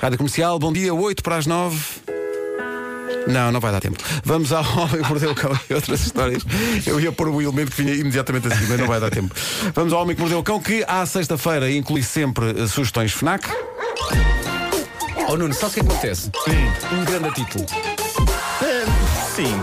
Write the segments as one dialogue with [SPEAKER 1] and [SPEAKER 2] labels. [SPEAKER 1] Rádio Comercial, bom dia, 8 para as 9. Não, não vai dar tempo. Vamos ao Homem que Mordeu o Cão e outras histórias. Eu ia pôr o elemento que vinha imediatamente a seguir, mas não vai dar tempo. Vamos ao Homem que Mordeu o Cão, que à sexta-feira inclui sempre eh, sugestões FNAC.
[SPEAKER 2] Oh Nuno, sabes o que é que acontece? Um grande título.
[SPEAKER 3] Sim.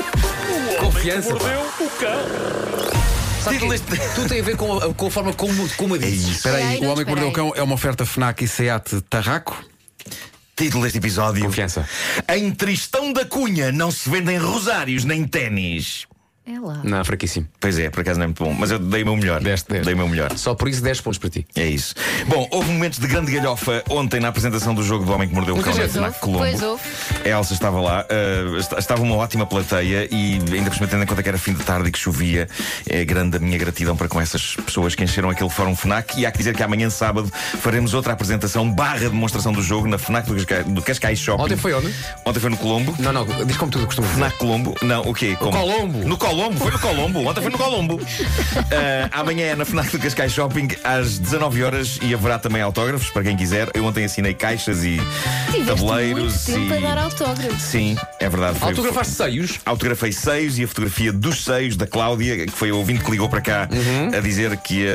[SPEAKER 2] Confiança. pá.
[SPEAKER 3] Mordeu o cão.
[SPEAKER 2] Sabe
[SPEAKER 3] Título
[SPEAKER 2] que Tudo tem a ver com a, com a forma como, como a dizes.
[SPEAKER 1] Espera aí,
[SPEAKER 4] Peraí,
[SPEAKER 1] o Homem que
[SPEAKER 4] espera
[SPEAKER 1] Mordeu o Cão
[SPEAKER 4] aí.
[SPEAKER 1] é uma oferta FNAC e SEAT Tarraco.
[SPEAKER 3] Título deste episódio.
[SPEAKER 2] Confiança.
[SPEAKER 3] Em Tristão da Cunha não se vendem rosários nem ténis.
[SPEAKER 4] É lá.
[SPEAKER 2] Não, fraquíssimo.
[SPEAKER 3] Pois é, por acaso não é muito bom, mas eu dei o meu melhor.
[SPEAKER 2] Deste, deste.
[SPEAKER 3] Dei o meu melhor.
[SPEAKER 2] Só por isso 10 pontos para ti.
[SPEAKER 3] É isso. Bom, houve momentos de grande galhofa ontem na apresentação do jogo do Homem que Mordeu o
[SPEAKER 2] Muita
[SPEAKER 3] Cão na
[SPEAKER 2] gente.
[SPEAKER 3] FNAC Colombo.
[SPEAKER 4] Pois houve.
[SPEAKER 3] A Elsa estava lá, eh, est- estava uma ótima plateia e ainda por cima tendo em conta que era fim de tarde e que chovia, é grande a minha gratidão para com essas pessoas que encheram aquele fórum FNAC e há que dizer que amanhã sábado faremos outra apresentação barra demonstração do jogo na FNAC do Cascais, do Cascais Shopping.
[SPEAKER 2] Ontem foi onde?
[SPEAKER 3] Ontem foi no Colombo.
[SPEAKER 2] Não, não, diz como tudo costumas dizer.
[SPEAKER 3] Na Colombo? Não, o quê? Como?
[SPEAKER 2] Colombo.
[SPEAKER 3] No Colombo, foi no Colombo. Ontem foi no Colombo. Ah, amanhã é na FNAC do Cascais Shopping às 19 horas e haverá também autógrafos para quem quiser. Eu ontem assinei caixas e
[SPEAKER 4] Tiveste
[SPEAKER 3] tabuleiros
[SPEAKER 4] muito tempo
[SPEAKER 3] e.
[SPEAKER 4] a dar autógrafos.
[SPEAKER 3] Sim, é verdade. foi-
[SPEAKER 2] Autografaste seios?
[SPEAKER 3] Autografei seios e a fotografia dos seios da Cláudia, que foi o ouvinte que ligou para cá a dizer que ia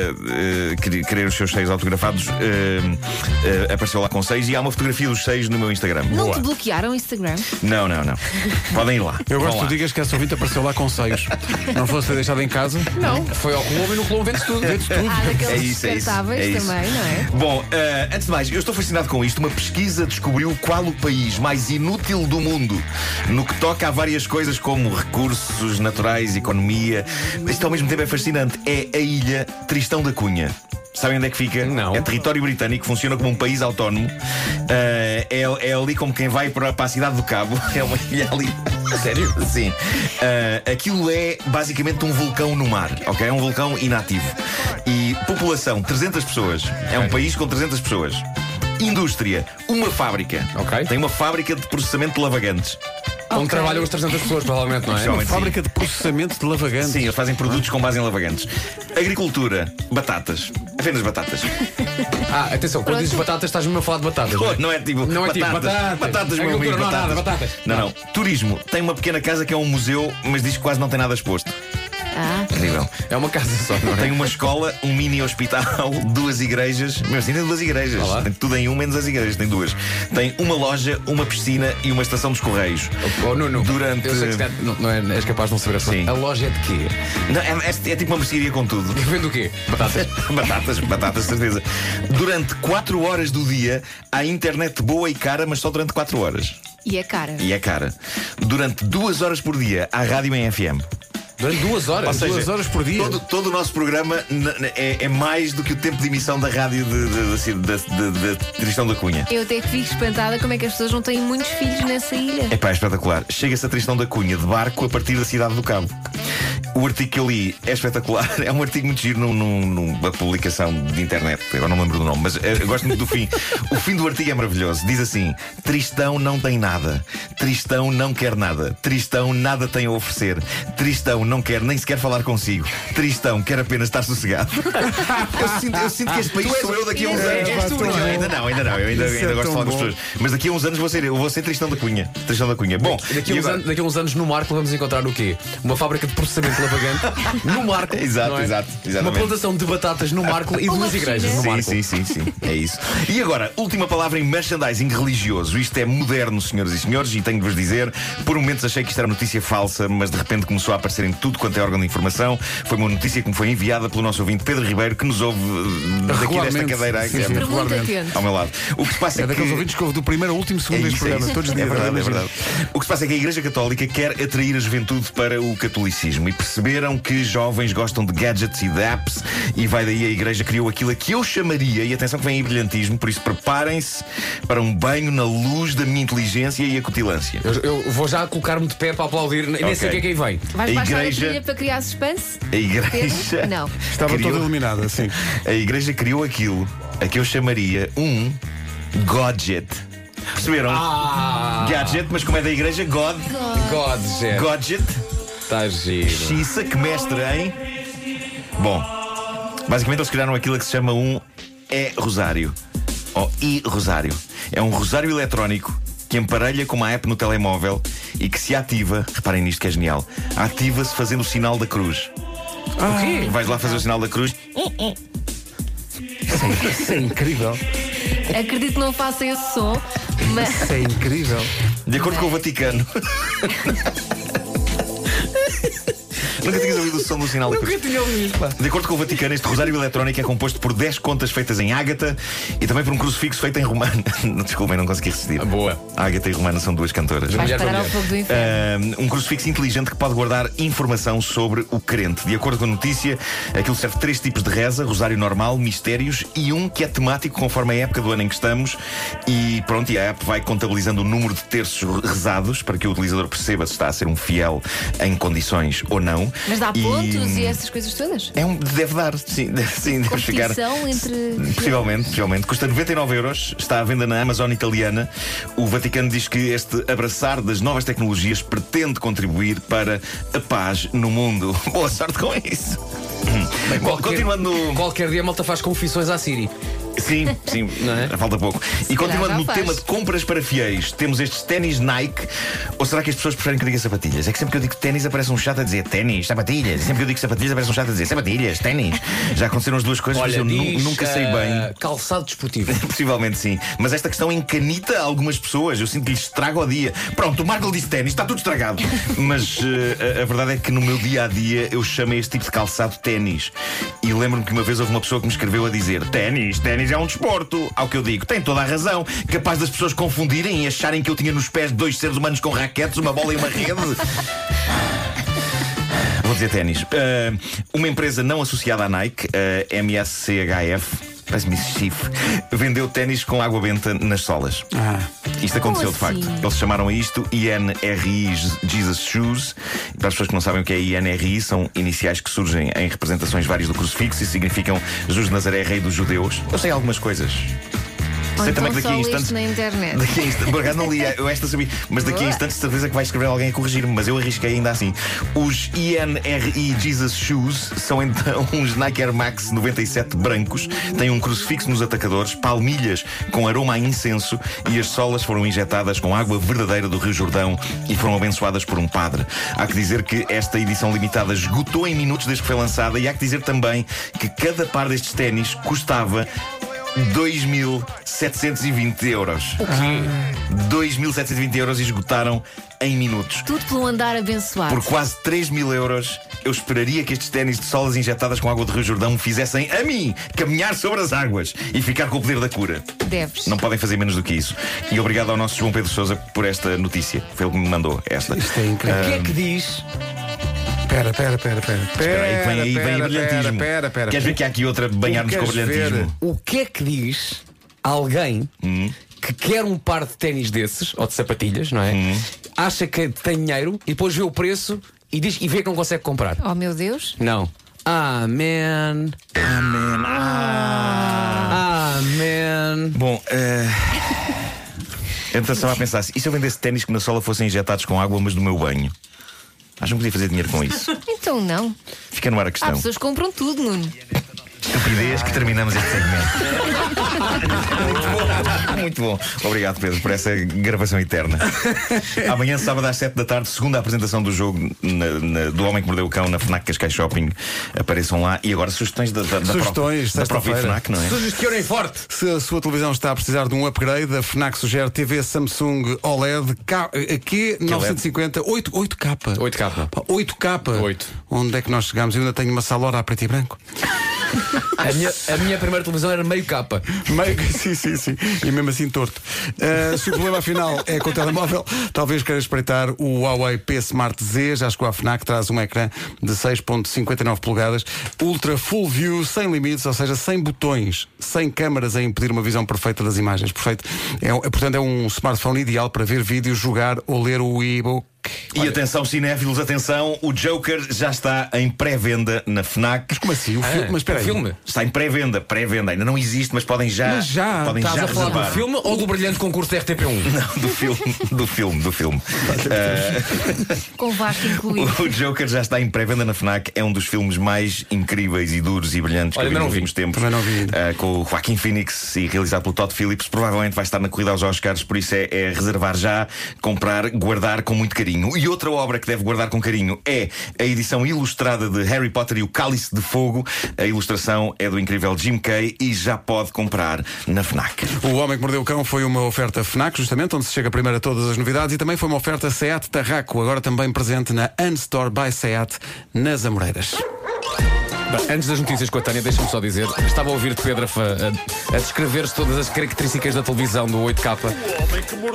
[SPEAKER 3] eh, querer- querer os seus seios autografados. eh, eh, apareceu lá com seios e há uma fotografia dos seios no meu Instagram.
[SPEAKER 4] Não te bloquearam o Instagram?
[SPEAKER 3] Não, não, não. Podem ir lá.
[SPEAKER 1] Eu
[SPEAKER 3] Vão
[SPEAKER 1] gosto que tu
[SPEAKER 3] lá.
[SPEAKER 1] digas que essa ouvinte apareceu lá com seios. Não fosse ter deixado em casa.
[SPEAKER 2] Não. Foi ao Colombo e no Colombo vende tudo. Vende tudo.
[SPEAKER 4] Há Ah, daqueles
[SPEAKER 3] É isso, é isso,
[SPEAKER 4] descartáveis
[SPEAKER 3] é isso.
[SPEAKER 4] também, não é?
[SPEAKER 3] Bom, eh, antes de mais, eu estou fascinado com isto. Uma pesquisa descobriu qual o país mais inútil do mundo no que toca a várias coisas como recursos naturais, economia. Isto ao mesmo tempo é fascinante. É a ilha Tristão da Cunha. Sabem onde é que fica?
[SPEAKER 2] Não.
[SPEAKER 3] É território britânico, funciona como um país autónomo. Eh, é, é ali como quem vai para, para a cidade do Cabo. É uma ilha ali. Sério? Sim. Eh, aquilo é basicamente um vulcão no mar, ok? É um vulcão inativo. E população, 300 pessoas. É um país com 300 pessoas. Indústria, uma fábrica.
[SPEAKER 2] Ok.
[SPEAKER 3] Tem uma fábrica de processamento de lavagantes.
[SPEAKER 2] Onde
[SPEAKER 4] Ok.
[SPEAKER 2] trabalham as 300 pessoas, provavelmente, não é?
[SPEAKER 3] Pessoalmente, sim.
[SPEAKER 1] Fábrica de processamento de lavagantes.
[SPEAKER 3] Sim, eles fazem produtos com base em lavagantes. Agricultura, batatas. Apenas batatas.
[SPEAKER 2] Ah, atenção, quando dizes batatas, estás mesmo a falar de batatas.
[SPEAKER 3] Pô,
[SPEAKER 2] é?
[SPEAKER 3] não é tipo.
[SPEAKER 2] Não é
[SPEAKER 3] batatas,
[SPEAKER 2] tipo batatas.
[SPEAKER 3] Batatas, meu
[SPEAKER 2] Agricultura, não
[SPEAKER 3] amigo,
[SPEAKER 2] há
[SPEAKER 3] batatas.
[SPEAKER 2] nada, batatas.
[SPEAKER 3] Não, não. Turismo. Tem uma pequena casa que é um museu, mas diz que quase não tem nada exposto.
[SPEAKER 4] Ah,
[SPEAKER 3] Incrível.
[SPEAKER 2] É uma casa só, não é?
[SPEAKER 3] Tem uma escola, um mini hospital, duas igrejas. Meu, assim, tem duas igrejas.
[SPEAKER 2] Olá.
[SPEAKER 3] Tem tudo em um, menos as igrejas. Tem duas. Tem uma loja, uma piscina e uma estação dos correios.
[SPEAKER 2] Oh, Nuno,
[SPEAKER 3] Durante-
[SPEAKER 2] eu sei que se calhar não, não é, és capaz de não saber a
[SPEAKER 3] Sim.
[SPEAKER 2] A loja é de quê?
[SPEAKER 3] Não, é, é- é tipo uma mercearia com tudo.
[SPEAKER 2] Vendo o quê? Batatas.
[SPEAKER 3] Batatas, batatas, certeza. Durante 4 horas do dia, há internet boa e cara, mas só durante 4 horas.
[SPEAKER 4] e a cara?
[SPEAKER 3] E é cara. Durante 2 horas por dia, há rádio em FM.
[SPEAKER 2] Durante duas
[SPEAKER 3] Ou
[SPEAKER 2] horas.
[SPEAKER 3] seja,
[SPEAKER 1] duas horas por dia?
[SPEAKER 3] Todo, todo o nosso programa n- n- é, é mais do que o tempo de emissão da rádio de, de, de, de- de- de Tristão da Cunha.
[SPEAKER 4] Eu até que fico espantada como é que as pessoas não têm muitos filhos nessa ilha.
[SPEAKER 3] É pá, é espetacular. Chega-se a Tristão da Cunha de barco a partir da cidade do Cabo. O artigo que eu li é espetacular. É um artigo muito giro num- num- numa publicação de internet. Agora não me lembro do nome, mas eh, eu gosto muito do fim. O fim do artigo é maravilhoso. Diz assim: Tristão não tem nada. Tristão não quer nada. Tristão nada tem a oferecer. Tristão não quer nem sequer falar consigo. Tristão quer apenas estar sossegado. eu, sinto, eu sinto que este país sou eu daqui a uns
[SPEAKER 4] Isso é-
[SPEAKER 3] anos.
[SPEAKER 4] és tu,
[SPEAKER 3] Eu
[SPEAKER 4] não é?
[SPEAKER 3] ainda não, ainda não. Eu ainda,
[SPEAKER 1] Isso é
[SPEAKER 3] ainda gosto de
[SPEAKER 1] tão
[SPEAKER 3] falar com as
[SPEAKER 1] bom.
[SPEAKER 3] pessoas. Mas daqui a uns anos vou ser, eu vou ser Tristão da Cunha. Tristão da Cunha. Bom,
[SPEAKER 2] Daqui a, uns
[SPEAKER 3] e agora?
[SPEAKER 2] anos, daqui a uns anos no Marco vamos encontrar o quê? Uma fábrica de processamento lavagante no Marco.
[SPEAKER 3] Exato,
[SPEAKER 2] não é?
[SPEAKER 3] exato,
[SPEAKER 2] Uma
[SPEAKER 3] exatamente.
[SPEAKER 2] plantação de batatas no Marco e
[SPEAKER 4] Uma
[SPEAKER 2] duas igrejas no
[SPEAKER 3] Sim,
[SPEAKER 2] Marco.
[SPEAKER 3] sim, sim, sim. É isso. E agora, última palavra em merchandising religioso. Isto é moderno, senhoras e senhores, e tenho de vos dizer, por momentos achei que isto era notícia falsa, mas de repente começou a aparecer em tudo quanto é órgão de informação. Foi uma notícia que me foi enviada pelo nosso ouvinte Pedro Ribeiro, que nos ouve eh, daqui desta
[SPEAKER 1] Regularmente. Sim,
[SPEAKER 3] cadeira
[SPEAKER 1] sim.
[SPEAKER 4] Para muito
[SPEAKER 1] Regularmente.
[SPEAKER 4] atento.
[SPEAKER 3] ao meu lado. O que se passa é,
[SPEAKER 1] É daqueles
[SPEAKER 3] que...
[SPEAKER 1] ouvintes que ouve do primeiro ao último segundo
[SPEAKER 3] É
[SPEAKER 1] deste
[SPEAKER 3] isso, é
[SPEAKER 1] programa.
[SPEAKER 3] isso.
[SPEAKER 1] Todos os
[SPEAKER 3] É
[SPEAKER 1] dias.
[SPEAKER 3] verdade, é
[SPEAKER 1] imagina.
[SPEAKER 3] verdade. O que se passa é que a Igreja Católica quer atrair a juventude para o catolicismo e perceberam que jovens gostam de gadgets e de apps e vai daí a Igreja criou aquilo a que eu chamaria, e atenção que vem aí brilhantismo, por isso preparem-se para um banho na luz da minha inteligência e acutilância.
[SPEAKER 2] Eu, eu vou já colocar-me de pé para aplaudir, nem
[SPEAKER 3] Ok.
[SPEAKER 2] sei o que é que aí vem.
[SPEAKER 4] Vais
[SPEAKER 3] A
[SPEAKER 4] baixar
[SPEAKER 3] igreja-
[SPEAKER 4] a trilha para criar suspense?
[SPEAKER 3] A Igreja...
[SPEAKER 4] Pedro? Não.
[SPEAKER 1] Estava
[SPEAKER 3] criou-
[SPEAKER 1] toda iluminada, sim.
[SPEAKER 3] A Igreja criou aquilo a que eu chamaria um gadget. Perceberam?
[SPEAKER 2] Ah,
[SPEAKER 3] Gadget, mas como é da Igreja, God...
[SPEAKER 2] God, Zé.
[SPEAKER 3] Gadget...
[SPEAKER 2] Está giro.
[SPEAKER 3] Xissa, que mestre, hein? Bom, basicamente eles criaram aquilo que se chama um é rosário. ou e-rosário. É um rosário eletrónico que emparelha com uma app no telemóvel e que se ativa, reparem nisto que é genial, ativa-se fazendo o sinal da cruz.
[SPEAKER 2] O quê?
[SPEAKER 3] Vais lá fazer o sinal da cruz
[SPEAKER 1] Isso é incrível.
[SPEAKER 4] Acredito que não faça esse som, mas
[SPEAKER 1] Isso é incrível.
[SPEAKER 3] de acordo com o Vaticano. Nunca tinhas ouvido o som do sinal da cruz.
[SPEAKER 2] Nunca tinha ouvido, pá.
[SPEAKER 3] De acordo com o Vaticano, este rosário eletrónico é composto por 10 contas feitas em ágata e também por um crucifixo feito em romano. Desculpem, não consegui resistir.
[SPEAKER 2] Boa.
[SPEAKER 3] Ágata e romano são duas cantoras.
[SPEAKER 4] vais
[SPEAKER 2] Mulher com
[SPEAKER 4] parar ao
[SPEAKER 2] mulher.
[SPEAKER 4] fogo do inferno.
[SPEAKER 3] Um, um crucifixo inteligente que pode guardar informação sobre o crente. De acordo com a notícia, aquilo serve de três tipos de reza: rosário normal, mistérios e um que é temático conforme a época do ano em que estamos. E pronto, e a app vai contabilizando o número de terços rezados para que o utilizador perceba se está a ser um fiel em condições ou não.
[SPEAKER 4] Mas dá
[SPEAKER 3] Eh, E-
[SPEAKER 4] pontos e essas coisas todas?
[SPEAKER 3] é um, deve dar, sim, deve, sim, deve ficar.
[SPEAKER 4] Competição entre-
[SPEAKER 3] Possivelmente, possivelmente. Custa 99 euros, está à venda na Amazon italiana. O Vaticano diz que este abraçar das novas tecnologias pretende contribuir para a paz no mundo. Boa sorte com isso. Bom, continuando no.
[SPEAKER 2] Qualquer dia a malta faz confissões à Siri.
[SPEAKER 3] Sim, sim,
[SPEAKER 2] Não é?
[SPEAKER 3] falta pouco. E
[SPEAKER 4] calhar
[SPEAKER 3] continuando
[SPEAKER 4] já
[SPEAKER 3] no
[SPEAKER 4] faz.
[SPEAKER 3] tema de compras para fiéis, temos estes ténis Nike. Ou será que as pessoas preferem que eu diga sapatilhas? É que sempre que eu digo ténis aparece um chato a dizer ténis, sapatilhas. Sempre que eu digo sapatilhas aparece um chato a dizer sapatilhas, ténis. Já aconteceram as duas coisas, mas eu nu-
[SPEAKER 2] diz,
[SPEAKER 3] nunca sei
[SPEAKER 2] ah,
[SPEAKER 3] bem.
[SPEAKER 2] Calçado desportivo.
[SPEAKER 3] Possivelmente sim, mas esta questão encanita algumas pessoas. Eu sinto que lhes estraga o dia. Pronto, o Marco disse ténis, está tudo estragado. mas eh, a, a verdade é que no meu dia a dia eu chamo este tipo de calçado ténis. E lembro-me que uma vez houve uma pessoa que me escreveu a dizer: ténis, ténis é um desporto. Ao que eu digo, tem toda a razão. Capaz das pessoas confundirem e acharem que eu tinha nos pés dois seres humanos com raquetes, uma bola e uma rede. Vou dizer ténis. Ah, uma empresa não associada à Nike, ah, MSCHF, parece-me isso chifre, vendeu ténis com água benta nas solas.
[SPEAKER 1] Ah,
[SPEAKER 3] Isto aconteceu
[SPEAKER 4] Como
[SPEAKER 3] de
[SPEAKER 4] assim?
[SPEAKER 3] facto. Eles chamaram a isto INRI Jesus Shoes. E para as pessoas que não sabem o que é INRI, são iniciais que surgem em representações várias do crucifixo e significam Jesus de Nazaré, Rei dos Judeus. Eu sei algumas coisas.
[SPEAKER 4] Ou
[SPEAKER 3] sei
[SPEAKER 4] então
[SPEAKER 3] também que daqui
[SPEAKER 4] só
[SPEAKER 3] a
[SPEAKER 4] leste
[SPEAKER 3] instantes.
[SPEAKER 4] na internet.
[SPEAKER 3] Daqui a instantes. Por acaso não li, é, eu esta sabia. Mas daqui a
[SPEAKER 4] Boa.
[SPEAKER 3] instantes, de certeza que vai escrever alguém a corrigir-me. Mas eu arrisquei ainda assim. Os INRI Jesus Shoes são então uns Nike Air Max 97 brancos. Têm um crucifixo nos atacadores, palmilhas com aroma a incenso e as solas foram injetadas com água verdadeira do Rio Jordão e foram abençoadas por um padre. Há que dizer que esta edição limitada esgotou em minutos desde que foi lançada e há que dizer também que cada par destes ténis custava 2.720 euros. O quê? 2.720 euros e esgotaram em minutos.
[SPEAKER 4] Tudo pelo andar abençoado.
[SPEAKER 3] Por quase 3 mil euros, eu esperaria que estes ténis de solas injetadas com água do Rio Jordão me fizessem, a mim, caminhar sobre as águas e ficar com o poder da cura.
[SPEAKER 4] Deves.
[SPEAKER 3] Não podem fazer menos do que isso. E obrigado ao nosso João Pedro Souza por esta notícia. Foi ele que me mandou esta.
[SPEAKER 1] isto é
[SPEAKER 2] O
[SPEAKER 1] incrível.
[SPEAKER 2] que é que diz?
[SPEAKER 1] Pera, pera, pera, pera.
[SPEAKER 3] Espera aí, que vem aí, vem aí
[SPEAKER 1] pera, Pera,
[SPEAKER 3] brilhantismo.
[SPEAKER 1] pera, pera.
[SPEAKER 3] Queres ver que há aqui outra banhar-nos
[SPEAKER 1] Tu
[SPEAKER 3] com o
[SPEAKER 1] queres
[SPEAKER 3] brilhantismo?
[SPEAKER 1] ver?
[SPEAKER 2] O que é que diz alguém que quer um par de ténis desses, ou de sapatilhas, não é? Acha que tem dinheiro e depois vê o preço e, diz, e vê que não consegue comprar.
[SPEAKER 4] Oh meu Deus.
[SPEAKER 2] Não. Amém. Ah. Amém.
[SPEAKER 3] Bom, eh, eu então estava a pensar assim, e se eu vendesse ténis que na sola fossem injetados com água, mas no meu banho? Acho que não podia fazer dinheiro com isso.
[SPEAKER 4] Então não.
[SPEAKER 3] Fica no ar a
[SPEAKER 4] Há
[SPEAKER 3] questão.
[SPEAKER 4] pessoas que compram tudo, Nuno.
[SPEAKER 3] Estupidez que terminamos este segmento. Muito bom. Muito bom. Obrigado, Pedro, por essa gravação eterna. Amanhã, sábado às 7 da tarde, segunda apresentação do jogo na- na- do Homem que Mordeu o Cão na Fnac Cascais Shopping. Apareçam lá. E agora, sugestões da, da, da, pró-
[SPEAKER 1] Sugestões,
[SPEAKER 3] da própria
[SPEAKER 1] sexta-feira.
[SPEAKER 3] Fnac, não é?
[SPEAKER 2] Sugestionem forte.
[SPEAKER 1] Se a sua televisão está a precisar de um upgrade, a FNAC sugere TV Samsung OLED K- eh, Q950 8, 8K.
[SPEAKER 2] 8K.
[SPEAKER 1] Pá, 8K.
[SPEAKER 2] Oito.
[SPEAKER 1] Onde é que nós chegamos? Eu ainda tenho uma salora a preto e branco.
[SPEAKER 2] A minha, a minha primeira televisão era meio capa.
[SPEAKER 1] Meio que sim, sim, sim. E mesmo assim torto. Ah, se o problema afinal é com o telemóvel, talvez queira espreitar o Huawei P Smart Z. Já chegou à FNAC, traz um ecrã de 6.59 polegadas, ultra full view, sem limites, ou seja, sem botões, sem câmaras a impedir uma visão perfeita das imagens. Perfeito. É, um- é, portanto, é um smartphone ideal para ver vídeos, jogar ou ler o e-book.
[SPEAKER 3] E atenção, cinéfilos, atenção, o Joker já está em pré-venda na FNAC.
[SPEAKER 1] Como assim? O filme? Mas espera aí.
[SPEAKER 2] Ah, filme?
[SPEAKER 3] Está em pré-venda, pré-venda, ainda não existe, mas podem já.
[SPEAKER 1] Mas já,
[SPEAKER 3] podem
[SPEAKER 2] Estás
[SPEAKER 3] já
[SPEAKER 2] a falar
[SPEAKER 3] reservar.
[SPEAKER 2] do filme ou do brilhante concurso da RTP1?
[SPEAKER 3] Não, do filme, do filme, do filme.
[SPEAKER 4] Com Vasco incluído.
[SPEAKER 3] O Joker já está em pré-venda na FNAC, é um dos filmes mais incríveis e duros e brilhantes
[SPEAKER 2] Olha,
[SPEAKER 3] que eu vi
[SPEAKER 2] ainda
[SPEAKER 3] nos
[SPEAKER 2] não vi.
[SPEAKER 3] últimos tempos.
[SPEAKER 1] Também não vi ainda.
[SPEAKER 3] Ah, com o Joaquim Phoenix e realizado pelo Todd Phillips, provavelmente vai estar na corrida aos Oscars, por isso é, é reservar já, comprar, guardar com muito carinho. E outra obra que deve guardar com carinho é a edição ilustrada de Harry Potter e o Cálice de Fogo. A ilustração é do incrível Jim Kay e já pode comprar na FNAC.
[SPEAKER 1] O Homem que Mordeu o Cão foi uma oferta FNAC, justamente, onde se chega primeiro a todas as novidades, e também foi uma oferta SEAT Tarraco, agora também presente na Unstore by SEAT, nas Amoreiras.
[SPEAKER 2] Bem, Antes das notícias com a Tânia, deixa-me só dizer: estava a ouvir-te, Pedro, a, a- a descrever-se todas as características da televisão do 8K.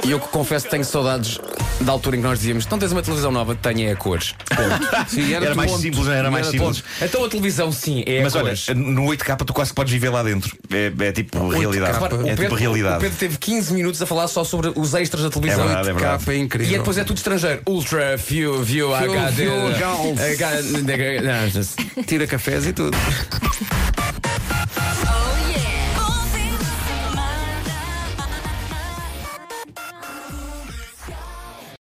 [SPEAKER 2] E eu que confesso que tenho saudades da altura em que nós dizíamos: não tens uma televisão nova, Tânia é a cores. Ponto. Sim,
[SPEAKER 3] Era mais
[SPEAKER 2] ponto.
[SPEAKER 3] simples, não era mais
[SPEAKER 2] ponto.
[SPEAKER 3] simples.
[SPEAKER 2] Então a televisão, sim, é
[SPEAKER 3] Mas
[SPEAKER 2] a
[SPEAKER 3] olha,
[SPEAKER 2] cores.
[SPEAKER 3] no 8K tu quase podes viver lá dentro. É, é tipo realidade.
[SPEAKER 2] Repara, o
[SPEAKER 3] É tipo
[SPEAKER 2] Pedro- O
[SPEAKER 3] realidade.
[SPEAKER 2] Pedro teve 15 minutos a falar só sobre os extras da televisão.
[SPEAKER 3] É verdade, é verdade.
[SPEAKER 1] Capa incrível.
[SPEAKER 2] E é depois é tudo estrangeiro. Ultra, View, View, HD.
[SPEAKER 1] View, Golf.
[SPEAKER 2] HD.
[SPEAKER 1] Tira cafés e tudo.